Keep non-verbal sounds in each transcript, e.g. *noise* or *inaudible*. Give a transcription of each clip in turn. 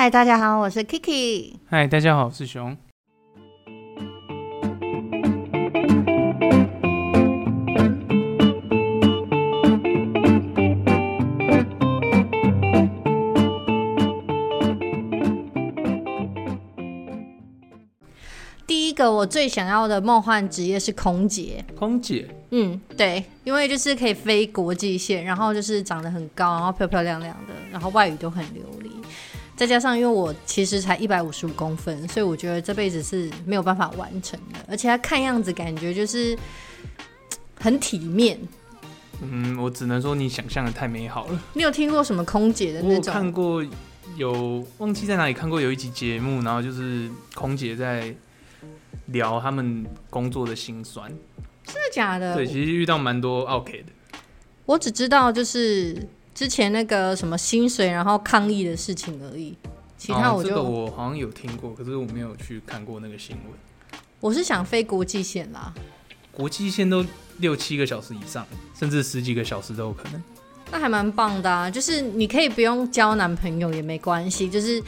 嗨，大家好，我是 Kiki。嗨，大家好，我是熊。第一个我最想要的梦幻职业是空姐。空姐，嗯，对，因为就是可以飞国际线，然后就是长得很高，然后漂漂亮亮的，然后外语都很流利。再加上，因为我其实才一百五十五公分，所以我觉得这辈子是没有办法完成的。而且她看样子感觉就是嘖很体面。嗯，我只能说你想象的太美好了。你有听过什么空姐的哦我那有看种？过有忘记在哪里看过有一集节目，然后就是空姐在聊他们工作的辛酸。真的假的？对，其实遇到蛮多 OK 的。我只知道就是之前那个什么薪水，然后抗议的事情而已。其他哦我就、这个我好像有听过，可是我没有去看过那个新闻。我是想飞国际线啦。国际线都六七个小时以上，甚至十几个小时都有可能。那还蛮棒的啊，就是你可以不用交男朋友也没关系，就是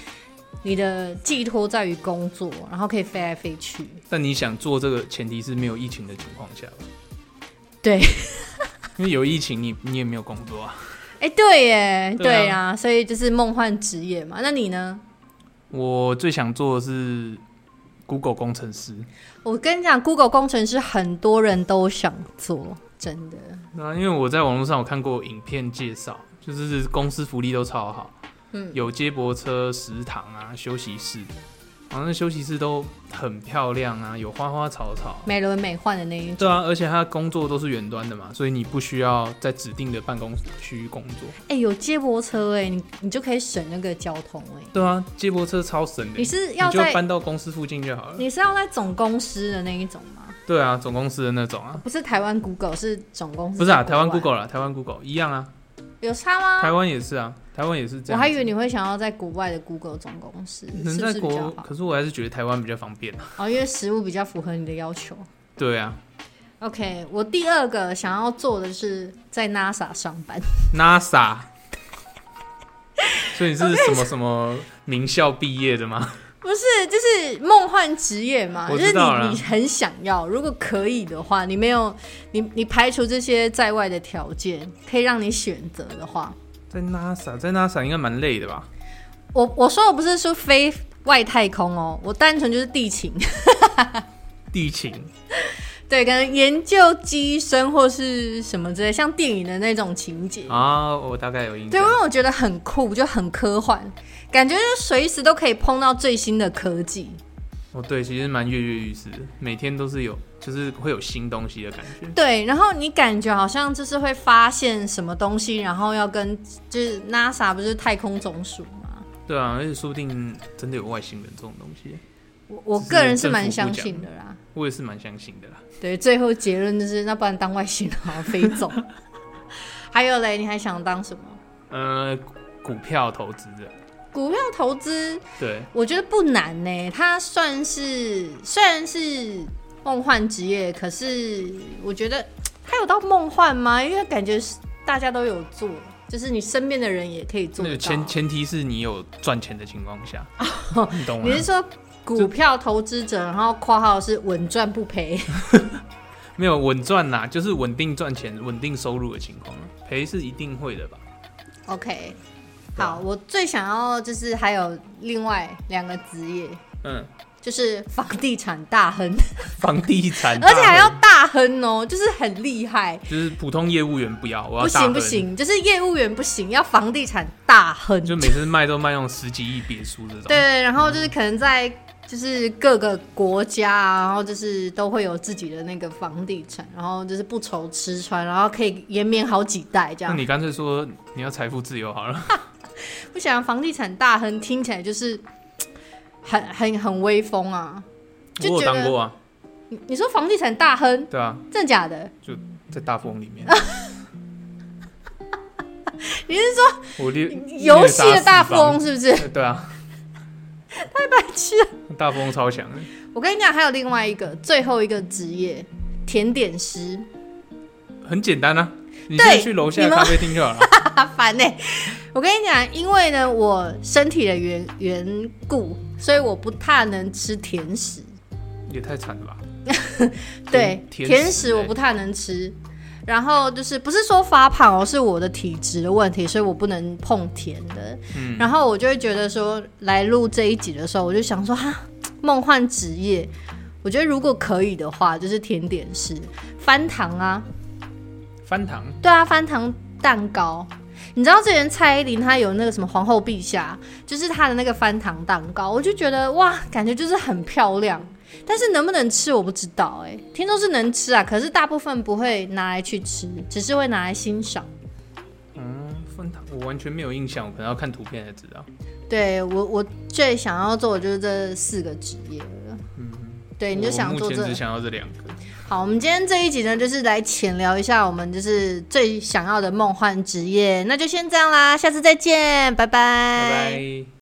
你的寄托在于工作，然后可以飞来飞去。但你想做这个前提是没有疫情的情况下吧？对， *laughs* 因为有疫情你你也没有工作啊。哎、对耶，对啊对啊，所以就是梦幻职业嘛。那你呢？我最想做的是 Google 工程师，我跟你讲，Google 工程师很多人都想做，真的。那因为我在网络上有看过影片介绍，就是公司福利都超好，嗯有接驳车、食堂啊、休息室，好像休息室都很漂亮啊，有花花草草。美轮美奂的那一种。对啊，而且他工作都是远端的嘛，所以你不需要在指定的办公区工作。哎、有接驳车哎、你你就可以省那个交通哎、对啊，接驳车超神的，你是要你就在搬到公司附近就好了。你是要在总公司的那一种吗？对啊，总公司的那种啊，不是台湾 Google，是总公司。不是啊，台湾 Google 啦，台湾 Google 一样啊，有差吗？台湾也是啊，台湾也是这我样子。还以为你会想要在国外的 Google 总公司，能是不在是比较国，好？可是我还是觉得台湾比较方便啊。哦，因为食物比较符合你的要求。对啊 OK，我第二个想要做的是在 NASA 上班， ，NASA，所以你是什么什么名校毕业的吗？不是就是梦幻职业嘛？我就知是道了你你很想要，如果可以的话，你没有你你排除这些在外的条件，可以让你选择的话，在 NASA，在 NASA 应该蛮累的吧？我我说的不是说飞外太空哦，我单纯就是地勤， *laughs* 地勤，对，可能研究机身或是什么之类，像电影的那种情节。啊，我大概有印对，因象。为我觉得很酷，就很科幻，感觉就是随时都可以碰到最新的科技。哦，对，其实蛮跃跃欲试的，每天都是有，就是会有新东西的感觉。对，然后你感觉好像就是会发现什么东西，然后要跟就是 NASA 不是太空总署吗？对啊，而且说不定真的有外星人这种东西，我我只是个人是政府蛮不相讲信的啦。我也是蛮相信的啦。对，最后结论就是，那不然当外星人好像飞 *laughs* 走。还有嘞，你还想当什么？呃，股票投资的，股票投资对，我觉得不难呢、它算是虽然是梦幻职业，可是我觉得它有到梦幻吗？因为感觉是大家都有做，就是你身边的人也可以做那得个到前。前提是你有赚钱的情况 *laughs* 下，你懂吗你？是说股票投资者，然后括号是稳赚不赔？ *laughs* 没有稳赚啦，就是稳定赚钱、稳定收入的情况啦，赔是一定会的吧？ OK，好，啊我最想要就是还有另外两个职业，嗯，就是房地产大亨，房地产大而亨，且还要大亨哦，就是很厉害。就是普通业务员不要，我要不大行亨不，行，就是业务员不行，要房地产大亨。就每次卖都卖那种十几亿别墅这种。对，然后就是可能在就是各个国家啊，然后就是都会有自己的那个房地产，然后就是不愁吃穿，然后可以延绵好几代这那样。你干脆说你要财富自由好了，不想房地产大亨听起来就是嘖很很很威风啊！我就有觉得当过啊，你你说房地产大亨，对啊，真的假的？在大风里面。 *laughs* 你是说我猎游戏的大富？翁猎杀是不是？四 *laughs* 方 *laughs* 对啊，白痴啊！大富翁超强的，我跟你讲，还有另外一个最后一个职业，甜点师。很简单啊，你对就去楼下你们咖啡厅就好了。麻烦呢、我跟你讲，因为呢，我身体的缘缘故，所以我不太能吃甜食。也太惨 *laughs* 了吧？对，甜甜食食我欸不太能吃。然后就是不是说发胖哦，是我的体质的问题，所以我不能碰甜的。嗯然后我就会觉得说，来录这一集的时候，我就想说哈，梦幻职业，我觉得如果可以的话，就是甜点师翻糖啊，翻糖对啊，翻糖蛋糕。你知道之前蔡依林她有那个什么皇后陛下，就是她的那个翻糖蛋糕，我就觉得哇，感觉就是很漂亮。但是能不能吃我不知道、欸，哎，听说是能吃啊，可是大部分不会拿来去吃，只是会拿来欣赏。嗯，翻糖，我完全没有印象，我可能要看图片才知道。对我，我最想要做的就是这四个职业了。嗯，对，你就我想目做前这只想要这两个。好，我们今天这一集呢，就是来浅聊一下我们就是最想要的梦幻职业，那就先这样啦，下次再见，拜拜拜拜。